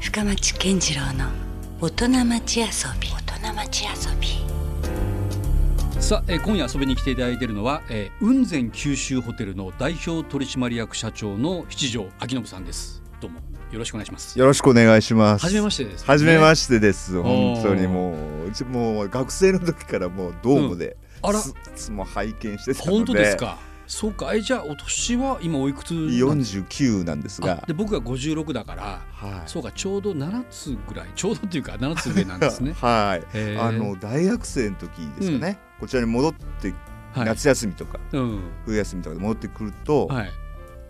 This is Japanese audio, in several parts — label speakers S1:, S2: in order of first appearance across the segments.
S1: 深町健次郎の大人町遊び大人町遊び
S2: さあ、えー今夜遊びに来ていただいているのは、えー、雲仙九州ホテルの代表取締役社長の七条明信さんですどうもよろしくお願いします
S3: よろしくお願いします。
S2: はじめましてです、
S3: はじめま
S2: し
S3: してです。
S2: おー
S3: 本当にもう、うちもう学生の時からもうドームで、
S2: てあら
S3: すつも拝見してたので、
S2: 本当ですかそうかえじゃあお年は今おいくつなんです
S3: 49なんです
S2: かあ
S3: が
S2: で、僕が56だから
S3: はい。
S2: そうかちょうど7つぐらいちょうどっていうか7つ上なんですね
S3: はい。
S2: へー
S3: あの大学生の時ですかね、こちらに戻って
S2: はい
S3: 夏休みとか
S2: うん
S3: 冬休みとかで戻ってくると、
S2: はい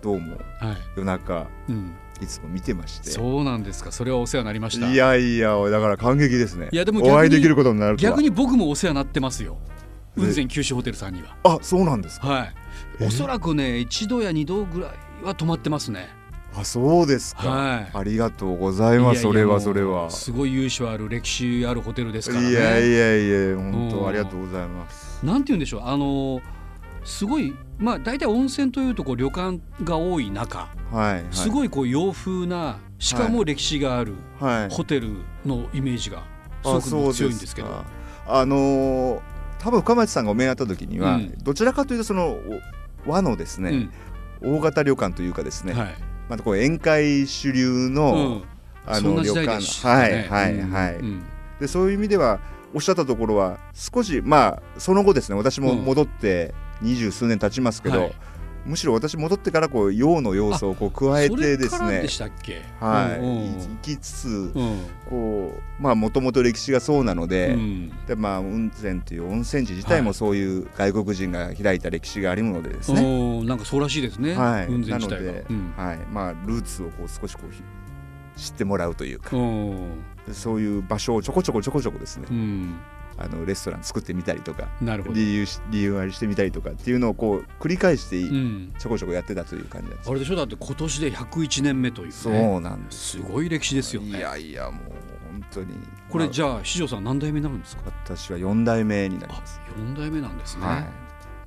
S3: どうも
S2: はい
S3: 夜中
S2: うん
S3: いつも見てまして
S2: そうなんですかそれはお世話になりました
S3: いやいやだから感激ですね
S2: いやでも逆に
S3: お会いできることになるとは
S2: 逆に僕もお世話になってますよ
S3: え
S2: 雲仙九州ホテルさんには
S3: あそうなんですか
S2: はい
S3: え
S2: おそらくね一度や二度ぐらいは泊まってますね
S3: あそうですか、
S2: はい
S3: ありがとうござい
S2: いや
S3: ま
S2: い
S3: す
S2: や
S3: それ
S2: も
S3: は
S2: う
S3: それは
S2: すごい由緒ある歴史あるホテルですからね
S3: いやいやいや
S2: ん
S3: 本当ありがとうございます。
S2: なんて言うんでしょうあのすごいまあ大体温泉というとこう旅館が多い中
S3: はい、はい、
S2: すごいこう洋風なしかも歴史がある
S3: はい
S2: ホテルのイメージが
S3: あ
S2: す
S3: そ
S2: ご
S3: う
S2: く強いん
S3: か
S2: ですけど
S3: あのー多分深町さんがお目になった時には、
S2: うん
S3: どちらかというとそのお和のですね、大型旅館というかです
S2: う
S3: ね、
S2: んはい
S3: またこう宴会主流
S2: う
S3: の、
S2: ん
S3: あ
S2: そんな
S3: の
S2: 時代
S3: 旅館
S2: でした
S3: はい
S2: ね
S3: はい
S2: うん
S3: はい、
S2: うん
S3: でそういう意味ではおっしゃったところは少しまあその後ですね私
S2: う
S3: も
S2: ん
S3: 戻って二十数年経ちますけど、
S2: はい
S3: むしろ私戻ってからこう洋の要素をこう加え
S2: そ
S3: て
S2: れ
S3: で
S2: か
S3: す
S2: ら
S3: ね
S2: でしたっけ
S3: はい、
S2: うんうん
S3: 行きつつ
S2: うん
S3: こうまあもともと歴史がそうなので,、
S2: うん
S3: でまあ雲仙という温泉地自体
S2: はい
S3: もそういう外国人が開いた歴史があるのでですね、
S2: おーなんかそうらしいですね。
S3: はい、
S2: 雲仙
S3: な
S2: 自
S3: の
S2: 体が
S3: で、。
S2: うん
S3: はいまあ、ルーツをこう少しこうひ知ってもらうというか、
S2: うん
S3: そういう場所をちょこちょこちょこちょこですね、
S2: うん、
S3: あのレストラン作ってみたりとか
S2: なるほど。
S3: 理由し理由ありしてみたりとかっていうのをこう繰り返してい、
S2: うん、
S3: ちょこちょこやってたという感じなんです
S2: あれでしょだって今年で101年目という、ね、
S3: そうなんです
S2: すごい歴史ですよ
S3: い
S2: ね。
S3: やいやもう本当に
S2: これ
S3: まあ
S2: じゃあ四条さん何代目になるんですか。
S3: 私は4代目になり
S2: あ
S3: ます、
S2: 四代目なんですね。
S3: はい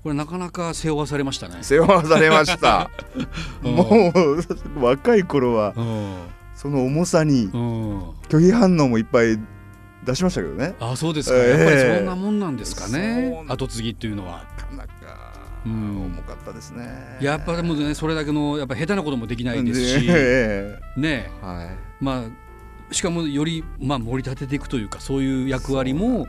S2: これなかなか背負わされましたね。
S3: 世話されました
S2: うん
S3: もう若い頃は
S2: うん、
S3: その重さに
S2: うん、
S3: 拒否反応もいっぱい出しましたけどね
S2: あそうですか、
S3: ええ
S2: やっぱりそんなもんなんですかね
S3: そ。う
S2: 後継ぎっていうのは。
S3: なかなか
S2: うん
S3: 重かったですね
S2: やっぱでもねそれだけのやっぱ下手なこともできないですし、
S3: え
S2: ね。
S3: えはい
S2: まあ、しかもより、まあ、盛り立てていくというかそういう役割も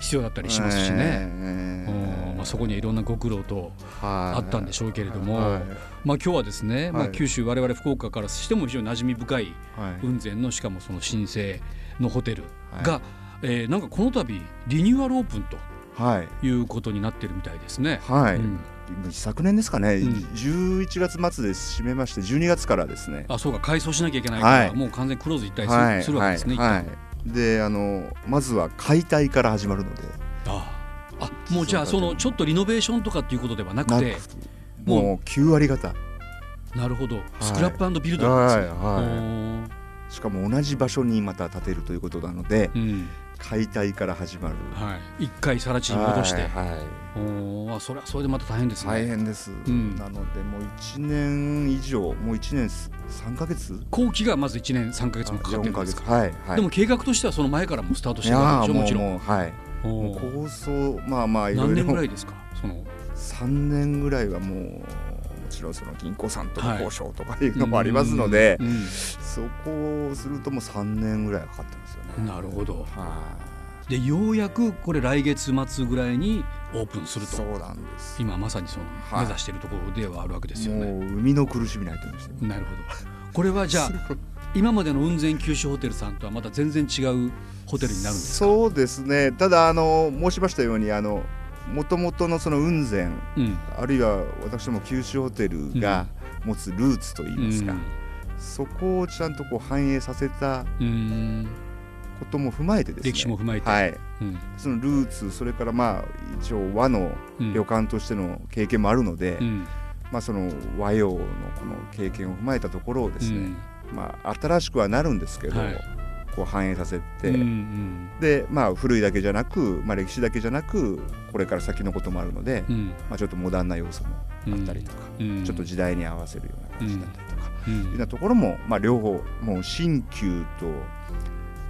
S2: 必要だったりしますしね。
S3: え
S2: う
S3: え
S2: んまあ、そこにはいろんなご苦労と、
S3: は
S2: あ
S3: い
S2: ったんでしょうけれども
S3: はい
S2: まあ、今日はですね、ま
S3: は
S2: あ、
S3: い
S2: 九州我々福岡からしても非常に馴染み深い
S3: はい
S2: 雲仙のしかもその新生のホテル
S3: はい
S2: が、えーなんかこの度リニューアルオープンと
S3: はい
S2: いうことになってるみたいですね。
S3: はい、
S2: うん
S3: 昨年ですかね、
S2: うん
S3: 11月末で閉めまして12月からですね
S2: あそうか改装しなきゃいけないから、
S3: はい
S2: もう完全にクローズ一体す,、
S3: はい
S2: るわけですね。
S3: はいは
S2: 一旦
S3: い、であのまずは解体から始まるので
S2: ああもうじゃあそのちょっとリノベーションとかっていうことではなく
S3: な
S2: て
S3: く
S2: もう
S3: もう9割方
S2: なるほど、
S3: い
S2: スクラップビルドなんですね。
S3: はいはい
S2: おー
S3: しかも同じ場所にまた建てるということなので
S2: うん
S3: 解体から始まる
S2: はい、一回更地に戻して、
S3: はいはい
S2: おーあそれはそれでまた大変ですね、
S3: 大変です、
S2: うん
S3: なのでもう1年以上もう1年3ヶ月
S2: 後期がまず1年3か月もかかって
S3: 4
S2: るん
S3: ヶ
S2: です
S3: 月
S2: か
S3: はいはい
S2: でも計画としてはその前からもうスタートし
S3: い
S2: てた
S3: や
S2: んでしょ
S3: ーも
S2: も
S3: う
S2: ちろん
S3: もうはいも
S2: お
S3: う
S2: ー
S3: 構想まあまあいろ
S2: 何
S3: い
S2: 年ぐ
S3: ろ
S2: らいですかその
S3: 3年ぐらいはもうもちろんその銀行さんとの
S2: はい
S3: 交渉とかいうのもありますので、
S2: うん
S3: そこをするともう3年ぐらいかかってますよね。
S2: なるほど
S3: は
S2: でようやくこれ来月末ぐらいにオープンす
S3: い
S2: ると
S3: そうなんです
S2: 今まさにその
S3: はい
S2: 目指しているところではあるわけですよね、
S3: もう生みの苦しみないと思いますよ
S2: なるほどこれはじゃあ今までの雲仙九州ホテルさんとはまた全然違うホテルになるんですか
S3: そうですねただあの申しましたようにあの元々のその雲仙
S2: うん
S3: あるいは私ども九州ホテルが持つルーツといいますか、そこをちゃんとこう反映させた
S2: うんうん
S3: ことも踏まえてですね
S2: 歴史も踏まえて
S3: はい、
S2: うん
S3: そのルーツそれからまあ一応和の
S2: うん
S3: 旅館としての経験もあるので、
S2: うん
S3: まあ、その和洋のこの経験を踏まえたところをですね、まあ、新しくはなるんですけど、
S2: はい
S3: こう反映させて、
S2: うんうん
S3: で、まあ、古いだけじゃなく、まあ、歴史だけじゃなくこれから先のこともあるので、
S2: うん
S3: まあ、ちょっとモダンな要素もあったりとか、
S2: うん
S3: ちょっと時代に合わせるような感じだったりとか、
S2: う
S3: いうんようなところも、まあ、両方もう新旧と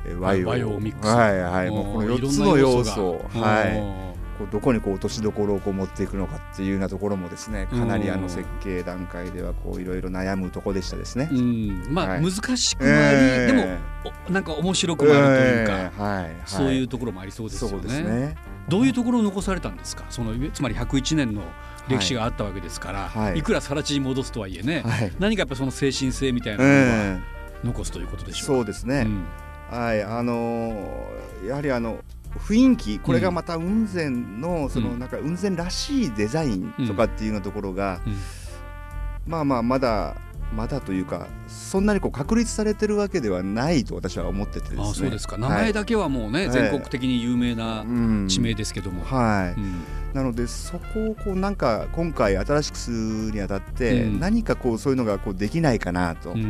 S3: えー和洋
S2: 和洋ミックス
S3: はいはい、もうこの4つの要素をはい、
S2: は
S3: こうどこにこう落としどころをこう持っていくのかっていうようなところもですねかなりあの設計段階ではこういろいろ悩むとこでしたですね。
S2: うん、まあ
S3: はい
S2: 難しくもあり、
S3: えー
S2: でもおなんか面白くもあるというか、
S3: えーはいはい、
S2: そういうところもありそうですよ
S3: そう
S2: ね。
S3: ですね。
S2: どういうところを残されたんですか。そのつまり101年の歴史があったわけですから、
S3: はい
S2: い、
S3: はい
S2: くら更地に戻すとはいえね、
S3: はい。
S2: 何かやっぱその精神性みたいな
S3: う
S2: ものは
S3: ん、
S2: 残すということでしょう
S3: そうですね。
S2: か。
S3: はい、あのーやはりあの雰囲気これがまた雲仙のその
S2: うん
S3: なんか雲仙らしいデザインとかっていうようなところが、
S2: うん
S3: まあまあまだまだというかそんなにこう確立されてるわけではないと私は思っててです
S2: うん
S3: ね。
S2: あ、そうですか。名前だけはもうね、
S3: はい
S2: 全国的に有名な
S3: うん
S2: 地名ですけども。
S3: はい、
S2: うん
S3: なのでそこをこうなんか今回新しくするにあたって
S2: うん
S3: 何かこうそういうのがこうできないかなと、
S2: う
S3: やっ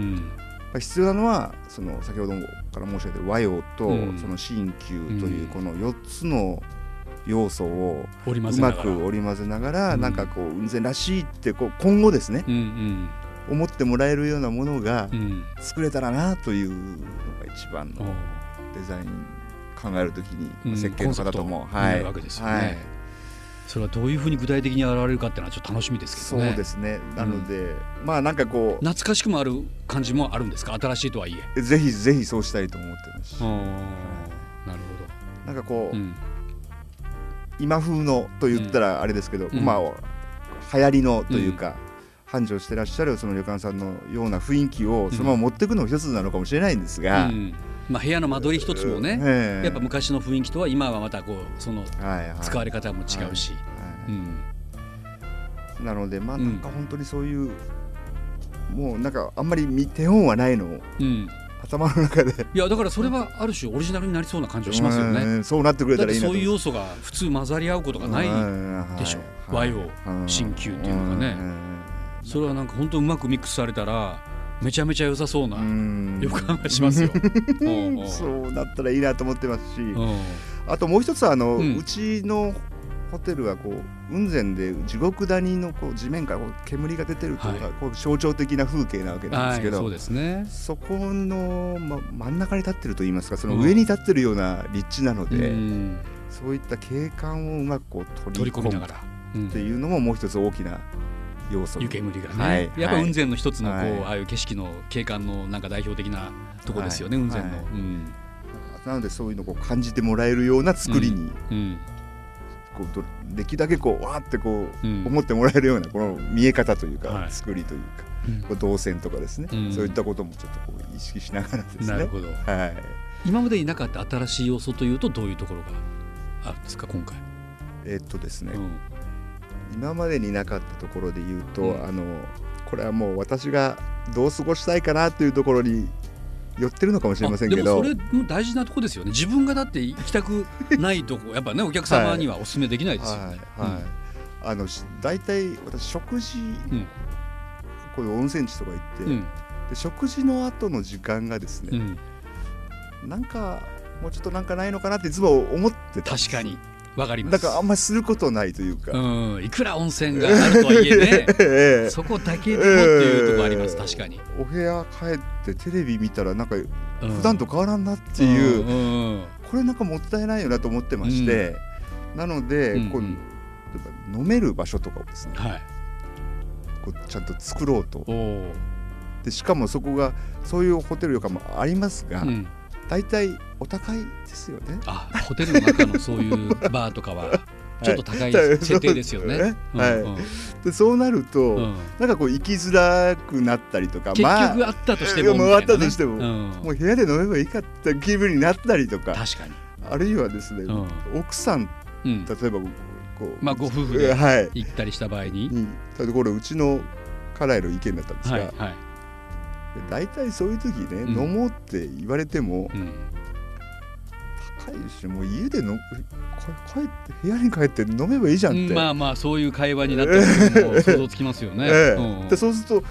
S2: ん
S3: ぱり必要なのはその先ほどから申し上げた和洋と
S2: うん
S3: その新旧といううんこの4つの要素を
S2: 織り交
S3: う
S2: ぜな
S3: ま
S2: が
S3: く
S2: ら。
S3: 織り交ぜながら
S2: うん
S3: なんかこう雲仙らしいってこう今後ですね
S2: うん
S3: 思ってもらえるようなものが
S2: うんうん。
S3: 作れたらなというのが一番
S2: お
S3: の
S2: ー
S3: デザイン考えるとき
S2: うん
S3: に設計の方とも、
S2: コンセプト
S3: は
S2: にないるわけですよね
S3: はい
S2: それはどういうふうに具体的に現れるかっていうのはちょっと楽しみですけ
S3: そう
S2: どね。
S3: ですねなので、まあなんかこう
S2: 懐かしくもある感じもあるんですか新しいとはいえ。
S3: ぜひぜひそうしたいと思ってますし、
S2: なる
S3: なんか
S2: ほ
S3: こう、
S2: ど。うん
S3: 今風のと言ったらあれですけど、
S2: うん
S3: まあ流行りのというか、繁盛してらっしゃるその旅館さんのような雰囲気をそのまま持っていくのも一つなのかもしれないんですが、
S2: うんまあ、部屋の間取り一つもね、
S3: ええ
S2: やっぱ昔の雰囲気とは今はまたこうその
S3: はいはい
S2: 使われ方も違うし、
S3: は
S2: うん
S3: いなのでまあ
S2: うん
S3: なんか本当にそういう、もうなんかあんまり見手本はないのを
S2: うん
S3: 頭の中で
S2: いやだからそれはある種オリジナルになりそうな感じはしますよ
S3: う
S2: ね。
S3: んそうなってくれ
S2: だ
S3: た
S2: っ
S3: ら
S2: て
S3: いいな
S2: そう
S3: と
S2: いう要素が普通混ざり合うことがない、
S3: い
S2: でしょ和洋新旧っていうのがねそれはなんか本当うまくミックスされたらめちゃめちゃ良さそうな予感がします よ。おうおう
S3: そうなったらいいなと思ってますし、
S2: うん
S3: あともう一つはあの、
S2: う
S3: うんちのホテルはこう雲仙で地獄谷のこう地面からこう煙が出てるというか、
S2: は
S3: こう象徴的な風景なわけなんで
S2: は
S3: す
S2: い、
S3: けど、
S2: そうですね。
S3: そこの、ま、真ん中に立ってると言いますかその上に立ってるような立地なので、
S2: うん
S3: そういった景観をうまくこう
S2: 取り
S3: 取り
S2: 込
S3: 込
S2: みな
S3: む
S2: が
S3: っ
S2: ら、うん
S3: ていうのももう一つ大きな要素
S2: 湯煙がね、
S3: はい
S2: やっぱ
S3: はい
S2: 雲仙の一つのこう、
S3: はい
S2: ああいう景色の景観のなんか代表的なとこですよね、
S3: はい
S2: 雲仙の、
S3: はい
S2: うん
S3: なのでそういうのをこう感じてもらえるような作りに、
S2: うん
S3: こうどできるだけこうわーってこう
S2: うん
S3: 思ってもらえるようなこの見え方というか、
S2: はい
S3: 作りというか
S2: うん
S3: こう動線とかですね、
S2: うん
S3: そういったこともちょっとこう意識しながらです
S2: な
S3: ね
S2: る。ほど
S3: はい、
S2: 今までになかった新しい要素というとどういうところがあるんですか今回、
S3: えっとですね、
S2: うん
S3: 今までになかったところで言うと、
S2: うん
S3: あのこれはもう私がどう過ごしたいかなというところに寄ってるのかもしれませんけ
S2: あ
S3: ど
S2: でもそれも大事なとこですよね自分がだって行きたくないとこやっぱねお客様にはお勧めできないですよね、
S3: はいはいあのし大体私食事、
S2: うん
S3: こういう温泉地とか行って、
S2: うん
S3: で食事の後の時間がです
S2: う
S3: ね、
S2: ん、
S3: なんかもうちょっとなんかないのかなっていつも思ってたんです
S2: 確かにわかりま
S3: だ
S2: す
S3: からあんまりすることないというか、
S2: うん、いくら温泉があるとはいえね
S3: ええ
S2: そこだけでもっていうところあります、
S3: ええ
S2: 確かに。
S3: お部屋帰ってテレビ見たらなんか
S2: うん
S3: 普段と変わらんなっていう、
S2: んん
S3: これなんかもったいないよなと思ってまして、なので、
S2: うんうん
S3: こうやっぱ飲める場所とかをですね
S2: はい、
S3: こうちゃんと作ろうと
S2: おー
S3: でしかもそこがそういうホテル旅館もありますが、
S2: うん、
S3: 大体お高いですよね。
S2: あホテルの中のそういうバーとかはちょっと高い設定ですよ ね。うん
S3: はい
S2: うん
S3: でそうなると、
S2: うん
S3: なんかこう行きづらくなったりとか
S2: 結
S3: まあ
S2: 局あったとしてもみたいなね、
S3: まああったとしても
S2: うん
S3: もう部屋で飲めばいいかって気分になったりとか
S2: 確かに、
S3: あるいはですね、
S2: うん
S3: 奥さん
S2: うん、
S3: 例えばこう、
S2: まあご夫婦で
S3: はい
S2: 行ったりした場合に、
S3: にたところうちの家内の意見だったんですが、
S2: はい
S3: い
S2: はい
S3: 大体そういう時ね、
S2: うん
S3: 飲もうって言われても
S2: うん、
S3: 高いしもう家でのこ帰って部屋に帰って飲めばいいじゃんって、
S2: まあまあそういう会話になったりするのも想像つきますよね。
S3: ええ
S2: うん
S3: でそうすると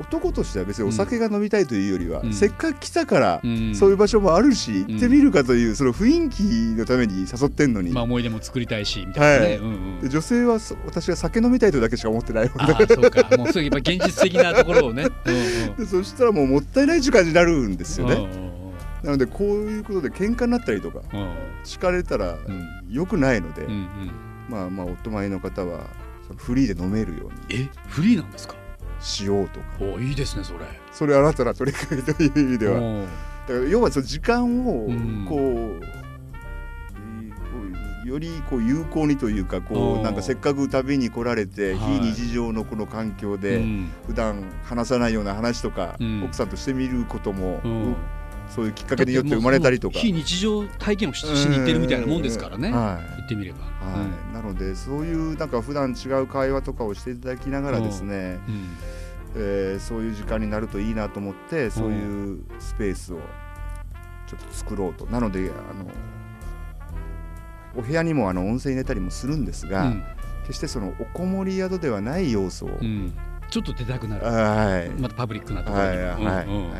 S3: 男としては別にお酒が飲みたいというよりは、
S2: うん
S3: せっかく来たから、
S2: ん
S3: そういう場所もあるし行ってみるかという、その雰囲気のために誘ってんのに、
S2: まあ、思い出も作りたいしみたいなね、
S3: はい
S2: うんうん
S3: で女性はそ私は酒飲みたいとだけしか思ってないもん
S2: ああそうかもうそういえば現実的なところをね。うんうん
S3: でそしたらもうもったいない時間になるんですよね、
S2: う
S3: なのでこういうことで喧嘩になったりとか
S2: んうんうん
S3: 敷かれたら
S2: うん
S3: 良くないので、
S2: うんうん
S3: まあまあお泊まりの方はそのフリーで飲めるように
S2: えフリーなんですか
S3: しようとか
S2: おいいですねそれ。
S3: それ新たな取り組みという意味では
S2: うん
S3: だから要はその時間を
S2: うん
S3: こう、えーこうよりこう有効にというかこ
S2: おー
S3: うなんかせっかく旅に来られて
S2: はい
S3: 非日常のこの環境
S2: う
S3: で
S2: ん
S3: 普段話さないような話とか
S2: うん
S3: 奥さんとしてみることも
S2: うん
S3: そういうきっかけによって生まれたりとか
S2: だってもう非日常体験をししに行ってるみたいなもんですからね。
S3: うん
S2: 言
S3: はい
S2: ってみれば。
S3: はい、なのでそういうなんか普段違う会話とかをしていただきながらですね、
S2: い。うん
S3: えーそういう時間になるといいなと思ってそういうスペースをちょっと作ろうとなのであのお部屋にもあの温泉入れたりもするんですが、
S2: うん
S3: 決してそのおこもり宿ではない要素を、
S2: うんちょっと出たくなる。
S3: はい、
S2: またパブリックなところ
S3: は
S2: に
S3: いはいはい、
S2: うんうん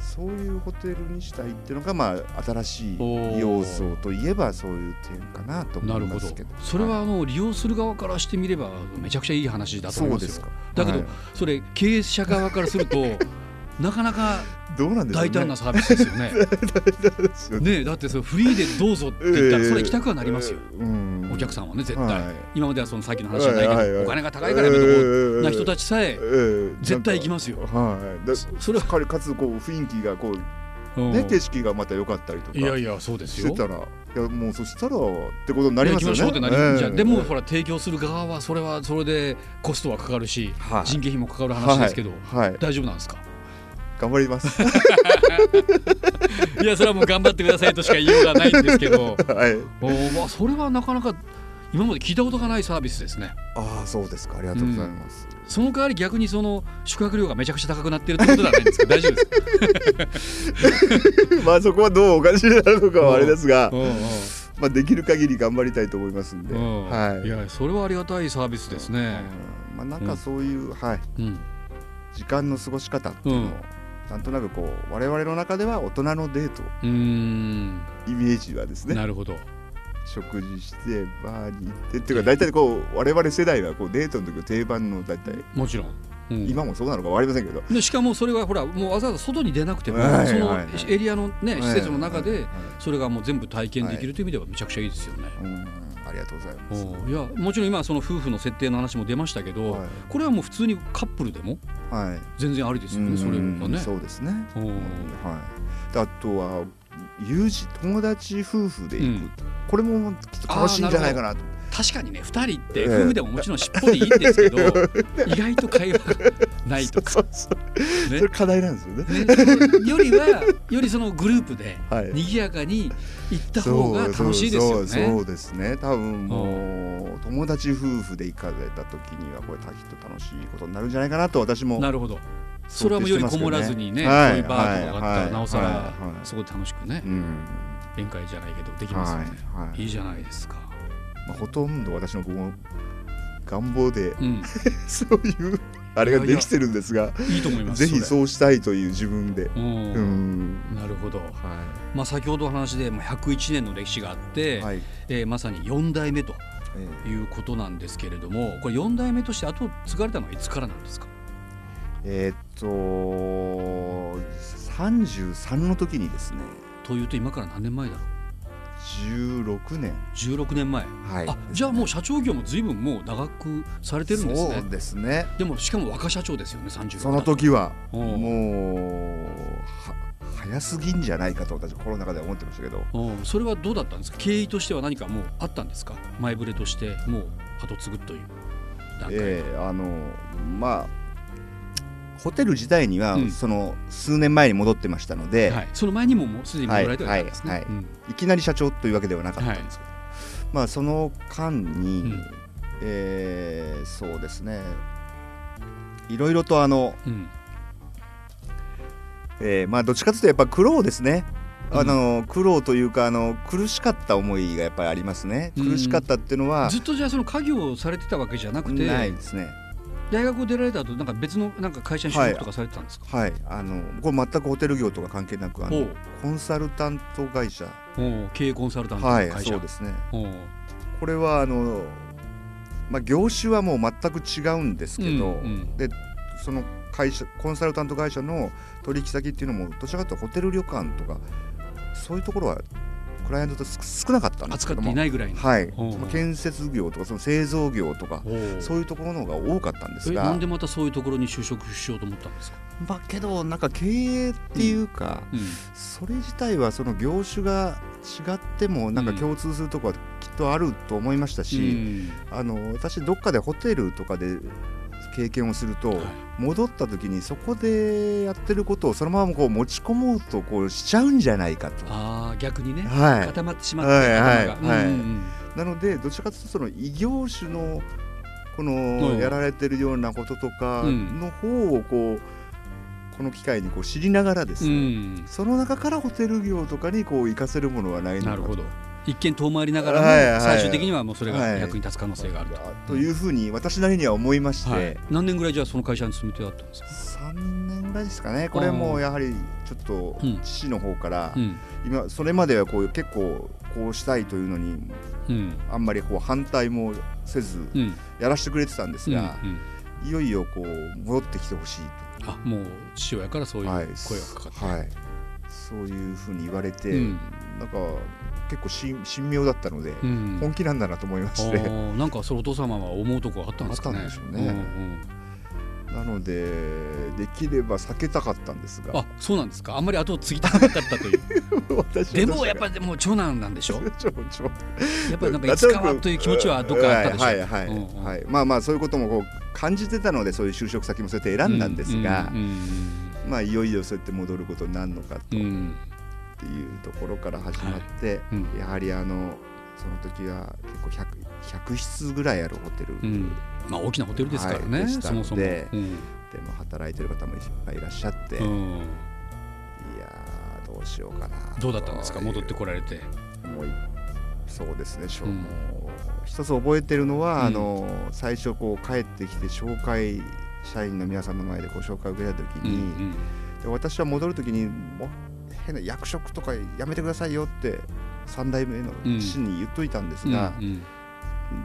S3: そういうホテルにしたいっていうのがまあ新し
S2: おー
S3: い要素といえばそういう点かなと
S2: な
S3: 思
S2: る
S3: い
S2: ほ
S3: ま
S2: ど
S3: すけど。
S2: それ
S3: はい
S2: はあの利用する側からしてみればめちゃくちゃいい話だと思い
S3: そ
S2: ます
S3: うで
S2: よ
S3: すか。
S2: だけど、
S3: はい
S2: それ経営者側からする となかなか
S3: どうなんでしょうね
S2: 大胆なサービスですよね。
S3: よ
S2: ねえだってそれフリーでどうぞって言ったらそれ行きたくはなりますよ、お客
S3: さ
S2: さんはね絶対、
S3: はい
S2: 今まではそのさっきの話じゃないけど、
S3: はいはいはい
S2: お金が高いからやめとこうな人たちさえ、絶対行き
S3: ま
S2: ますよ。
S3: はいだ
S2: そ
S3: そ
S2: それ
S3: れ
S2: は
S3: はかりかつこう雰囲気がこう
S2: うん
S3: ね景色がまた良かったりとか
S2: いやいやそうです
S3: し
S2: よ。
S3: てたらいやもうそしたらってことになり
S2: 行
S3: ま
S2: き
S3: すよ
S2: ま
S3: ね
S2: しょうってなりますじゃん、
S3: ええ
S2: でも
S3: ええ
S2: ほら提供する側はそれはそれでコストはかかるし、
S3: はい
S2: 人件費もかかる話ですけど、
S3: はいはい
S2: 大丈夫なんですか
S3: 頑張ります
S2: いやそれはもう頑張ってくださいとしか言いようがないんですけ ど
S3: はい
S2: おーまあそれはなかなか今まで聞いたことがないサービスですね
S3: ああそうですかありがとうございます
S2: その代わり逆にその宿泊料がめちゃくちゃ高くなってるってことではないんですけど大丈夫ですか
S3: まあそこはどうお感じになるのかはあれですが
S2: うんうん
S3: まあできる限り頑張りたいと思いますんで
S2: うん
S3: はい
S2: いやそれはありがたいサービスですね、
S3: うんまあなんかそういうはい
S2: うん
S3: 時間の過ごし方っていうのを、
S2: うん
S3: なんとなくこう我々の中では大人のデート
S2: うーん
S3: イメージはですね
S2: なるほど
S3: 食事してバーに行ってっていうか大体こう我々世代はこうデートの時の定番の大体
S2: もちろん、うん
S3: 今もそうなのか分かりませんけど、
S2: でしかもそれはほらもうわざわざ外に出なくても、
S3: はい
S2: その
S3: はい
S2: エリアのね、施設の中
S3: はい
S2: で
S3: はい
S2: それがもう全部体験できるという意味ではめちゃくちゃいいですよね。
S3: うんありがとうございます、
S2: おういやもちろん今はその夫婦の設定の話も出ましたけど、
S3: はい
S2: これはもう普通にカップルでも
S3: はい
S2: 全然ありですよね、それは
S3: うん
S2: ね。
S3: そうですね、
S2: おう
S3: はい、であとは友人友達夫婦で行く、
S2: うん
S3: これもきっと楽しいんじゃないかなと
S2: 確かにね2人って
S3: ええ
S2: 夫婦でももちろんしっぽりいいんです けど意外と会話がないとか
S3: そうそう
S2: ね
S3: それ課題なんですよね
S2: ねそれよりはよりそのグループで
S3: はい
S2: 賑やかに行った
S3: そう
S2: 方が楽しいですよ
S3: そうそうそ
S2: ね。
S3: うですね多分もう友達夫婦で行かれた時にはこれきっと楽しいことになるんじゃないかなと私も
S2: なるほどそれはもうよりこもらずにね、
S3: はい
S2: そういうバーとかがあった
S3: は
S2: ら
S3: い
S2: なおさら、
S3: はいはい
S2: そこで楽しくね、
S3: うん
S2: 宴会じゃないけどできますよ
S3: は
S2: ね、、
S3: いはい
S2: い
S3: い
S2: じゃないですか。
S3: まあ、ほとんど私のこの願望で
S2: うん、
S3: そういうあれができてるんですが
S2: いいと思います。
S3: ぜひ
S2: う。
S3: そうしたいという自分で
S2: うん、
S3: うん
S2: なるほど。
S3: は
S2: まあ先ほどお話でまあ101年の歴史があって、
S3: いはい
S2: えーまさに4代目と
S3: え
S2: いうことなんですけれども、これ4代目として後を継がれたのはいつからなんですか。
S3: ええーっと33の時にですね
S2: というと今から何年前だろう。
S3: 16年
S2: 16年前。
S3: はい
S2: あ、じゃあもう社長業も随分もう長くされてるんですね
S3: そう。ですね
S2: でもしかも若社長ですよね、36
S3: その時は
S2: おう
S3: もうは早すぎんじゃないかと私コロナ禍では思ってましたけど
S2: うん、それはどうだったんですか経緯としては何かもうあったんですか前触れとしてもう後継ぐという段階、
S3: ええあのまあホテル自体には、
S2: うん
S3: その数年前に戻ってましたので、
S2: はい、その前にももうすでに戻られてはいたんですね、
S3: はいはい
S2: うん
S3: い、きなり社長というわけではなかったんですけど、まあその間に、
S2: うん
S3: ええそうですねいろいろとあの、
S2: うん
S3: ええまあどっちかというとやっぱ苦労ですね
S2: う
S3: あ
S2: ん
S3: の、苦労というかあの苦しかった思いがやっぱりありますね苦しかったっていうのは、
S2: ずっとじゃあその家業をされてたわけじゃなくて
S3: ないですね
S2: 大学を出られた後なんか別のなんか会社に就職とかされてたんですか、
S3: はいあのこれ全くホテル業とか関係なくあ
S2: お
S3: の
S2: う
S3: コンサルタント会社
S2: おう経営コンサルタントの
S3: はい
S2: 会社、
S3: そうですね
S2: おう
S3: これはあの、まあ、業種はもう全く違うんですけど、
S2: うんうん
S3: でその会社コンサルタント会社の取引先っていうのもどちらかというとホテル旅館とかそういうところはクライアントとす少なかったんです
S2: 扱
S3: け
S2: っ
S3: ど
S2: て
S3: も
S2: いないぐらいの、
S3: はい、
S2: おう
S3: その建設業とかその製造業とか
S2: おう
S3: そういうところの方が多かったんです
S2: えな
S3: が
S2: んでまたそういうところに就職しようと思ったんですか、
S3: まあけどなんか経営っていうか、
S2: うん
S3: それ自体はその業種が違ってもなんか共通するところはきっとあると思いましたし、
S2: うん
S3: あの私どっかでホテルとかで経験をすると、
S2: はい
S3: 戻った時にそこでやってることをそのままこう持ち込もうとこうしちゃうんじゃないかと。
S2: ああ逆にね、
S3: は
S2: 固まってしまって、
S3: はいはい
S2: 頭が、うんうん
S3: い、なのでどちらかというとその異業種の
S2: う
S3: こ
S2: ん
S3: のやられてるようなこととか
S2: うん
S3: の方をこうこの機会にこう知りながらです
S2: うん
S3: ね、
S2: うん
S3: その中からホテル業とかにこう活かせるものはないのか
S2: な
S3: と
S2: るほど一見遠回りながらも、
S3: はいはい
S2: 最終的にはもうそれが
S3: はい
S2: 役に立つ可能性があると、
S3: というふうに私なりには思いまして、
S2: はい何年ぐらいじゃあその会社に勤めてだったんですか、
S3: 3年ぐらいですかねこれはもうやはりちょっと
S2: うん
S3: 父の方から、
S2: うん
S3: 今それまではこう結構こうしたいというのに
S2: うん
S3: あんまりこう反対もせず
S2: うん
S3: やらせてくれてたんです
S2: うんう
S3: が、
S2: ん
S3: いよいよこう戻ってきてほしい
S2: あもう父親からそう
S3: と
S2: いう
S3: はい
S2: 声がかかって、
S3: はいそういうふうに言われて、
S2: うん
S3: なんか結構し神妙だったので、
S2: うん
S3: 本気なんだなと思いま
S2: あ
S3: して、
S2: ーなんかそのお父様は思うとこあったんですかね。
S3: あったんでしょうね
S2: んうん
S3: なのでできれば避けたかったんですが
S2: あ、そうなんですか。あんまり後を継ぎたくなかったという。
S3: 私
S2: でもやっぱりでも長男なんでしょ。
S3: ちょちょ
S2: やっぱり なんかいつかはという気持ちはどっかあったでしょ。
S3: はいはいはい、
S2: うんうん
S3: はいまあまあそういうこともこう感じてたのでそういう就職先もそうやって選んだんですが、
S2: うん
S3: まあいよいよそうやって戻ることになるのか
S2: う
S3: と
S2: んうんう
S3: っ
S2: ん
S3: ていうところから始まって、
S2: いうん
S3: やはりあのその時は結構 100, 100室ぐらいあるホテル
S2: う
S3: で
S2: んまあ大きなホテルですからね。
S3: はいでした
S2: そもそ
S3: の
S2: も。
S3: で
S2: うん
S3: も働いてる方もいっぱいいらっしゃって、
S2: う
S3: い
S2: ん
S3: やーどうしようかな
S2: どうだったんですか。戻ってこられて。
S3: もういそうですね、しょ
S2: うん
S3: もう一つ覚えてるのは、
S2: うん
S3: あの最初こう帰ってきて紹介社員の皆さんの前でご紹介を受けた時
S2: うんう
S3: に、
S2: ん
S3: で私は戻る時にもう変な役職とかやめてくださいよって3代目の父に言っといたんです
S2: うん
S3: が、
S2: うん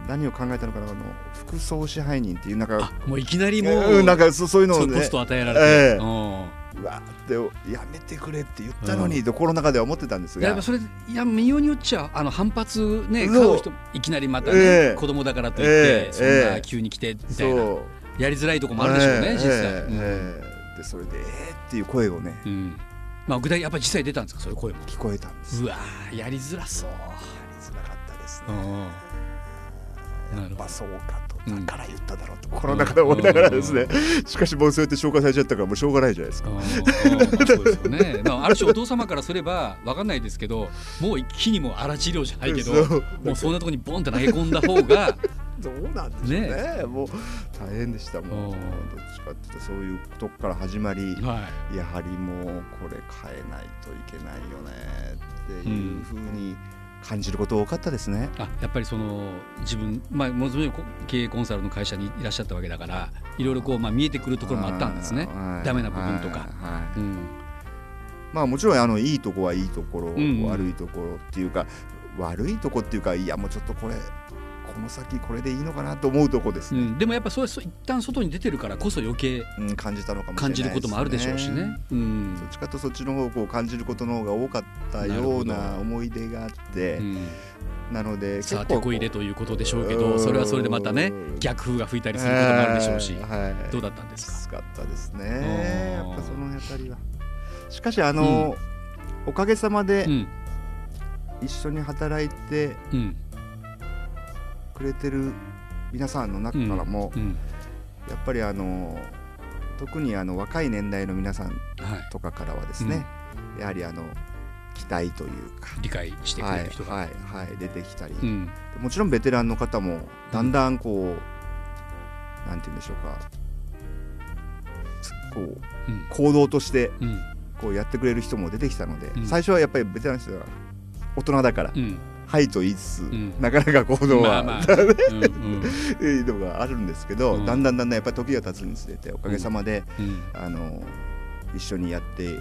S3: 何を考えたのかなあの副総支配人っていうなんか
S2: あもういきなりも
S3: う
S2: うん
S3: なんかそそういうの
S2: そ
S3: を
S2: ういうポ
S3: ね
S2: スト与えられ
S3: え
S2: て。
S3: え
S2: うん
S3: うわーってやめてくれって言ったのにと心の中では思ってたんです
S2: やっ
S3: が
S2: ぱ。それいや民謡によっちゃあの反発ね
S3: そ
S2: 買
S3: う
S2: う人もいきなりまたね、
S3: ええ
S2: 子供だからといって、
S3: ええ
S2: そん
S3: え
S2: な
S3: え
S2: 急に来てみたいな、
S3: そう
S2: やりづらいとこもあるでしょうね、
S3: え
S2: 実
S3: ええ
S2: 際、
S3: えええでそれで「えー」っていう声をね
S2: うんうんまあ具体やっぱり実際出たんですかそういう声も
S3: 聞こえたんです
S2: うわーやりづらそう、
S3: やりづらかったです
S2: う
S3: ね
S2: んなる
S3: やっ
S2: ほ
S3: ぱ
S2: ど
S3: そうかと
S2: うん
S3: だから言っただろうと心の中で思いながらですねしかしもうそうやって紹介されちゃったからもうしょうがないじゃないですか
S2: うんうんまあそうですよね、まあ、ある種お父様からすれば分かんないですけどもう一気にもう荒治療じゃないけど
S3: そう
S2: もうそんなとこにボンって投げ込んだ方が
S3: どうなんでしょうねもう大変でしたもう
S2: うん
S3: どっちかっていうとそういうとこから始まり
S2: は
S3: やはりもうこれ変えないといけないよねっていうふうに感じること多かったですね
S2: あやっぱりその自分、まあ、もちろんこ経営コンサルの会社にいらっしゃったわけだからいろいろこう、まあ、見えてくるところもあったんですね
S3: はい
S2: ダメな部分とか。
S3: はいは
S2: う
S3: い
S2: ん
S3: まあもちろんあのいいとこはいいところ、
S2: んうん
S3: 悪いところっていうか悪いとこっていうかいやもうちょっとこれこの先これでいいのかなと思うとこです
S2: う
S3: ね、
S2: ん、でもやっぱそれそう一旦外に出てるからこそ余計
S3: うん感じたのかもしれ
S2: 感
S3: ない
S2: じることもあるでしょうしね。うん
S3: どっちかというとそっちの方をこう感じることの方が多かった
S2: なる
S3: よ
S2: ほ
S3: う
S2: ど
S3: な思い出があって
S2: う
S3: な,、
S2: ん、
S3: ので
S2: さあ
S3: こ
S2: 手
S3: う
S2: こ入れということでしょうけ
S3: うー
S2: ど
S3: ん
S2: それはそれでまたね逆風が吹いたりすることもあるでしょうし
S3: え、ーはい、
S2: どうだったんですか
S3: かったです
S2: ー
S3: ねやっぱその辺りはしかしあの、おかげさまで
S2: うん
S3: 一緒に働いて
S2: うん
S3: くれてる皆さんの中からも、
S2: うん
S3: やっぱりあの特にあの若い年代の皆さん
S2: はい、
S3: とかからはですね、やはりあの期待というか。
S2: 理解してくれる人が、
S3: はいはいはい、出てきたり、
S2: うん
S3: もちろんベテランの方もだんだんこう、なんて言うんでしょうかこ
S2: う
S3: う
S2: ん
S3: 行動として
S2: うん
S3: こうやってくれる人も出てきたので、
S2: うん
S3: 最初はやっぱりベテランの人が大人だから、
S2: うん
S3: はいと言いつつ、
S2: ん
S3: なかなか行動
S2: ま
S3: は、
S2: あ まあ、うんうん
S3: いうのがあるんですけど、
S2: うん
S3: だんだんだんだんやっぱり時が経つにつれておかげさまで、
S2: うん
S3: あの一緒にやって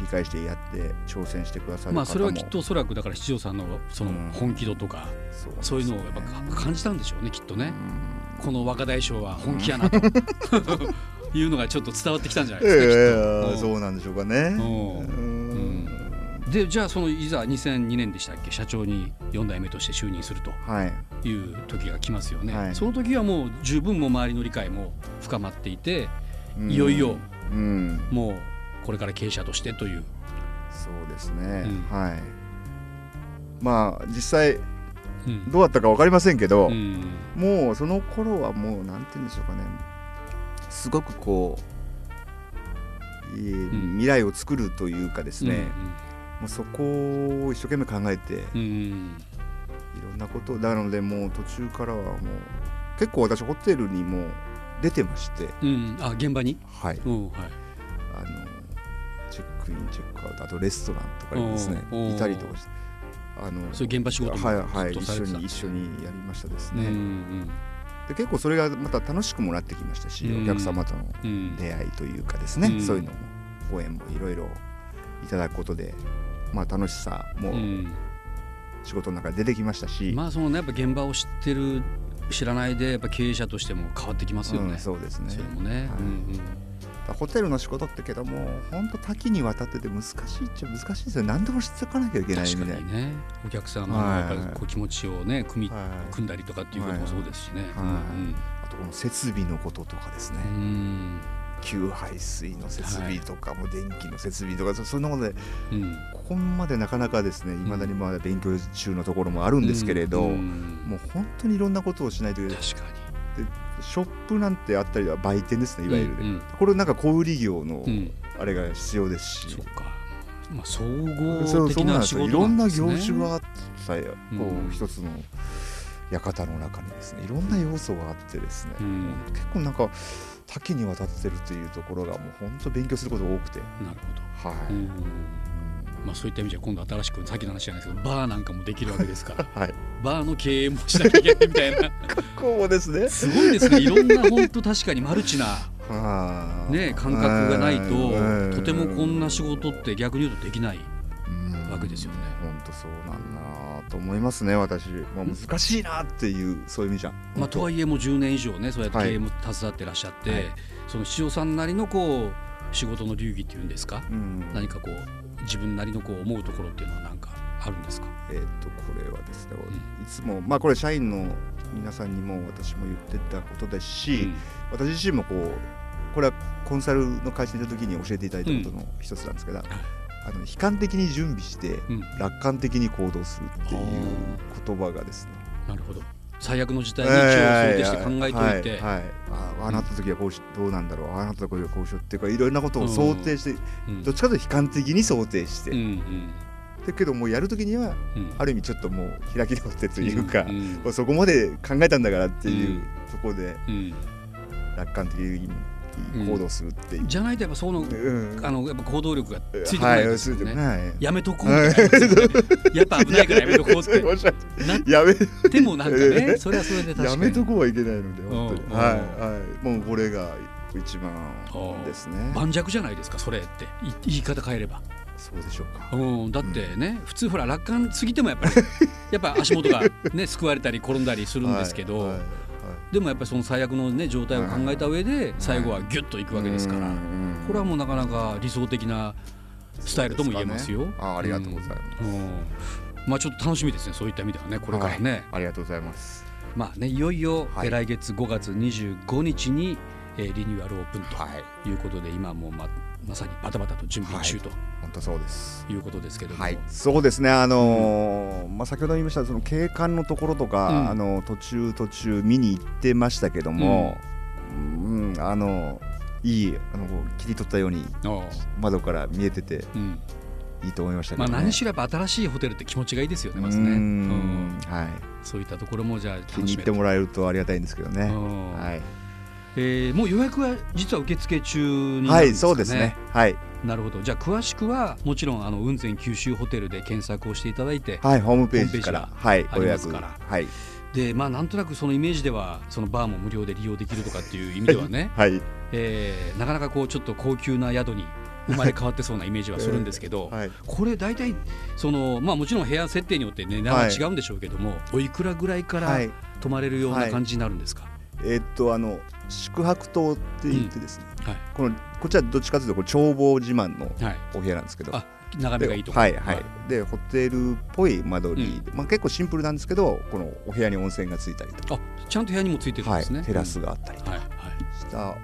S3: 理解してやって挑戦してくださる方も、
S2: まあそれはきっとおそらくだから七条さんのその本気度とか、
S3: そう
S2: そういうのをやっぱ
S3: ですね
S2: か感じたんでしょうねきっとね
S3: う、ん
S2: この若大将は本気やな と、 いうのがちょっと伝わってきたんじゃない
S3: え
S2: ですか、
S3: え
S2: きっと
S3: そうなんでしょうかね。
S2: うん
S3: うん
S2: でじゃあそのいざ2002年でしたっけ社長に4代目として就任すると
S3: はい、
S2: いう時が来ますよね、
S3: はい
S2: その時はもう十分もう周りの理解も深まっていて
S3: うん
S2: いよいよ、
S3: うん、
S2: もうこれから経営者としてという、
S3: そうですね、
S2: うん
S3: はい。まあ実際
S2: うん
S3: どうだったかわかりませんけど、
S2: うん
S3: もうその頃はもうなんて言うんでしょうかねすごくこう、えー
S2: うん
S3: 未来を作るというかですね、もうそこを一生懸命考えてい
S2: うんうん
S3: ろんなことなのでもう途中からはもう結構私ホテルにも出てまして、
S2: うん、あ現場に、
S3: はい、
S2: うんはい、
S3: あのチェックインチェックアウトあとレストランとかにもですね
S2: おーおー
S3: いたりとかしてあの
S2: そういう現場仕事も
S3: はいは
S2: ずっ
S3: い
S2: と
S3: 一
S2: され
S3: 緒
S2: てた
S3: に一緒にやりましたです
S2: うん
S3: ね、で結構それがまた楽しくもなってきましたし、
S2: うん
S3: お客様との
S2: うんうん
S3: 出会いというかですね、
S2: うん
S3: そういうのも応援もいろいろいただくことで、まあ、楽しさも
S2: うん
S3: 仕事の中で出てきましたし、
S2: まあそのねやっぱ現場を知ってる知らないでやっぱ経営者としても変わってきますよね。
S3: うんそうですね
S2: それもね。
S3: はい
S2: うん
S3: ホテルの仕事ってけども本当多岐にわたってて難しいっちゃ難しいですよ何でも知っておかなきゃいけ
S2: うん
S3: ない
S2: 確
S3: み
S2: か
S3: たい
S2: に
S3: な。
S2: ねお客様のやっぱりこう気持ちをね組み、
S3: はい
S2: 組んだりとかっていうこともそうですしね。
S3: はいあとこの設備のこととかですね、
S2: うんうん
S3: 給排水の設備とかも電気の設備とか、そそんなことで
S2: うん
S3: ここまでなかなかですねいまだにまだ勉強中のところもあるんですけれど、
S2: うん
S3: もう本当にいろんなことをしないといけない
S2: 確か
S3: ショップなんてあったりは売店ですね
S2: に
S3: いわゆるね、
S2: うん
S3: これなんか小売業の
S2: うんうん
S3: あれが必要ですし
S2: そ、うか。まあ総
S3: そ
S2: 合
S3: うそ
S2: 的
S3: うなん
S2: な
S3: です
S2: 仕
S3: よ
S2: 事
S3: いろ
S2: な
S3: んなん
S2: です
S3: 業
S2: ね
S3: 種があってこう、
S2: うん
S3: 一つの館の中にですねいろんな要素があってですね、
S2: うん
S3: 結構なんか多岐にわたってるというところがもう本当勉強することが多くて、
S2: なるほど。
S3: は
S2: う
S3: い
S2: んまあそういった意味じゃ今度新しくさっきの話じゃないですけどバーなんかもできるわけですから。
S3: はい、
S2: バーの経営もしなきゃいけないみたいな。
S3: こうですね
S2: すごいですね。いろんな本当確かにマルチな
S3: はあ
S2: ね感覚がない
S3: うん
S2: ととてもこんな仕事って逆に言うとできない。
S3: うん
S2: わけですよね
S3: 本当そうなんだなと思いますね私、まあ、難しいなっていうそういう意味じゃん
S2: まあとはいいえもう10年以上ねそうやって
S3: はい
S2: 経営も携わってらっしゃって、
S3: はい
S2: その塩さんなりのこう仕事の流儀っていうんですか。
S3: うん
S2: 何かこう自分なりのこう思うところっていうのはなんかあるんですか。
S3: えー、とこれはですね、
S2: ん
S3: いつも、まあ、これ社員の皆さんにも私も言ってたことですし、
S2: うん
S3: 私自身もこうこれはコンサルの会社にいた時に教えていただいたことの一つなんですけど、あの悲観的に準備して
S2: うん
S3: 楽観的に行動するっていう
S2: あ
S3: 言葉がですね
S2: なるほど。最悪の事態に一応想定して考えておいて。
S3: はいはいはいあああなった時はこうしどうなんだろうああなった時はこうしようっていうかいろんなことを想定して、
S2: うん
S3: どっちかというと悲観的に想定して、
S2: うん
S3: だけどもうやる時には
S2: うんうん
S3: ある意味ちょっともう開き直ってというか、
S2: んん
S3: もうそこまで考えたんだからっていううところで
S2: うん
S3: 楽観的に行動するっていう。
S2: じゃないとやっぱその
S3: うん
S2: あのやっぱ行動力がついてこ
S3: は
S2: ない
S3: い、
S2: ですよ
S3: ついて
S2: ね。
S3: こない。
S2: やめとこうみたいなやつねやっぱ危ないからやめと こうっ
S3: やめ
S2: てなっ
S3: やめ
S2: てもなんかね、それはそれで確かに。
S3: やめとこうはいけないので、本当
S2: うん
S3: に。はい、はい、もうこれが一番ですね。
S2: 盤石じゃないですかそれってい言い方変えれば、
S3: そうでしょうか。
S2: うん、だってね、普通ほら楽観すぎてもやっ ぱりやっぱ足元がねすくわれたり転んだりするんですけど、
S3: はいはいはい
S2: でもやっぱりその最悪のね状態を考えた上で最後はギュッといくわけですから、
S3: うんうん
S2: これはもうなかなか理想的なスタイルとも言えますよ。。
S3: そうですかねあありがとうございます
S2: まあちょっと楽しみですね。そういった意味ではね、これからね。
S3: ありがとうございます。
S2: まあね、いよいよ、
S3: はい
S2: え来月5月25日に、えーリニューアルオープン
S3: はい、
S2: ということで、今もうままさにバタバタと準備中と
S3: 本当そうです。
S2: いうことですけれども、
S3: はい、そうですね、あのーまあ、先ほど言いましたその景観のところとか、
S2: うん
S3: あの途中途中見に行ってましたけども、うんあのいいあのこう切り取ったように
S2: おう
S3: 窓から見えてて
S2: うん
S3: いいと思いましたけ
S2: まあ
S3: ど、ね
S2: 何しろやっぱ新しいホテルって気持ちがいいですよね、まず
S3: う
S2: ね。うんん、
S3: はい、
S2: そういったところもじゃあ楽し
S3: 気
S2: み
S3: に入ってもらえるとありがたいんですけどね、
S2: うん
S3: はい、
S2: えーもう予約は実は受付中にな
S3: は
S2: るん
S3: い、
S2: ですかね。
S3: そうですね、はい、
S2: なるほどじゃあ詳しくはもちろんあの雲仙九州ホテルで検索をしていただいて
S3: はいホームページから
S2: ホ
S3: はい
S2: あ
S3: ご
S2: り
S3: 予
S2: ますか
S3: 約
S2: ら
S3: はい、
S2: でまあなんとなくそのイメージではそのバーも無料で利用できるとかっていう意味ではね
S3: はい
S2: えーなかなかこうちょっと高級な宿に生まれ変わってそうなイメージはするんですけど、
S3: はい
S2: これ大体そのまあもちろん部屋設定によって値段は
S3: はい
S2: 違うんでしょうけども、おいくらぐらいから
S3: はい
S2: 泊まれるような感じになるんですか、
S3: えっとあの宿泊棟って言ってですね、
S2: はい
S3: このこっちはどっちかというとこう眺望自慢の
S2: はい
S3: お部屋なんですけど
S2: あ眺めがいいと
S3: で
S2: か
S3: はいはい、でホテルっぽい間取りで、まあ、結構シンプルなんですけどこのお部屋に温泉がついたりと
S2: あちゃんと部屋にもついてるん
S3: か、
S2: ですね、
S3: はい、テラスがあったり
S2: うん、はいはい
S3: した、ま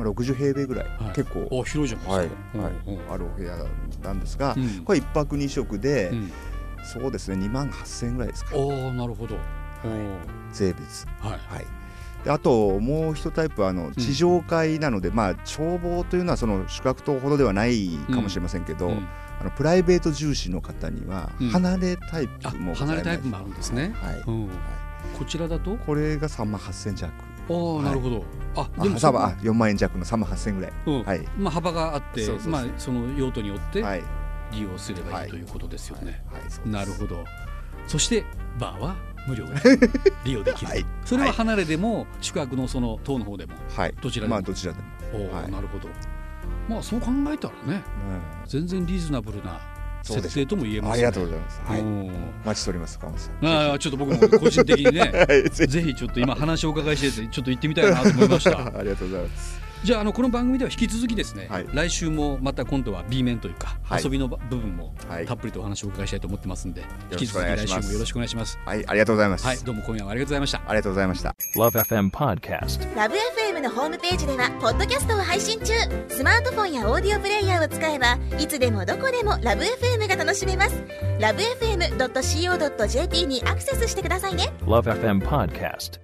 S3: あ、60平米ぐらい、
S2: はい
S3: 結構、
S2: お広いじゃな
S3: はいい
S2: ですか、
S3: はい
S2: うんうん
S3: あるお部屋なんですが、
S2: うん
S3: これ1泊2食で、
S2: うん
S3: そうですね2万8000円ぐらいですか
S2: おーなるほど、おー
S3: 税別
S2: はい
S3: はいであともう一タイプはあの地上階なので、まあ眺望というのはその宿泊棟ほどではないかもしれませんけど、
S2: うん
S3: あのプライベート重視の方には
S2: うん
S3: 離れタイ
S2: あ
S3: プもございます、
S2: 離れタイプもあるんですね、
S3: はい
S2: うん
S3: はい
S2: こちらだと
S3: これが3万8000弱。
S2: おー
S3: はい
S2: なるほど、あ
S3: あ
S2: でも
S3: 幅あ4万円弱の3万8000ぐらい。
S2: うん
S3: はい。
S2: まあ、幅があって
S3: そうそうそう
S2: まあ、その用途によって
S3: はい。
S2: 利用すればいい、
S3: はい
S2: ということですよね、
S3: はいはい、
S2: なるほ
S3: ど。
S2: どそしてバーは無料で利用できる、
S3: はい
S2: それは
S3: はい
S2: 離れでも宿泊のその塔の方でも
S3: はい。
S2: どちらでも
S3: まあどちらでも。
S2: おー
S3: はい
S2: なるほどまあそう考えたらね全然リーズナブルな
S3: そうで
S2: 設
S3: す
S2: 定とも言え
S3: うん
S2: ま
S3: あ
S2: す
S3: り
S2: ね
S3: がとうございます。はい。
S2: お
S3: お
S2: ー
S3: 待ちしております、岡本さん。
S2: ああちょっと僕も個人的にね
S3: はい。 ぜひ。
S2: ぜひちょっと今話をお伺いしててちょっと行ってみたいなと思いました
S3: ありがとうございます。
S2: じゃああのこの番組では引き続きですね、
S3: はい
S2: 来週もまた今度は B 面というか、
S3: はい
S2: 遊びの部分も
S3: はい
S2: たっぷりとお話をお伺いしたいと思ってますんで、引
S3: ろ
S2: き
S3: しくお
S2: 続き
S3: 願いし
S2: 来
S3: ます
S2: 週もよろしくお願いします
S3: はい。ありがとうございます。
S2: はいどうも今夜はありがとうございました
S3: ありがとうございました。
S4: Love FM Podcast.
S5: ラブ f m のホームページではポッドキャストを配信中スマートフォンやオーディオプレイヤーを使えばいつでもどこでもラブ f m が楽しめますラブ FM.co.jp にアクセスしてくださいね
S4: Love FM Podcast.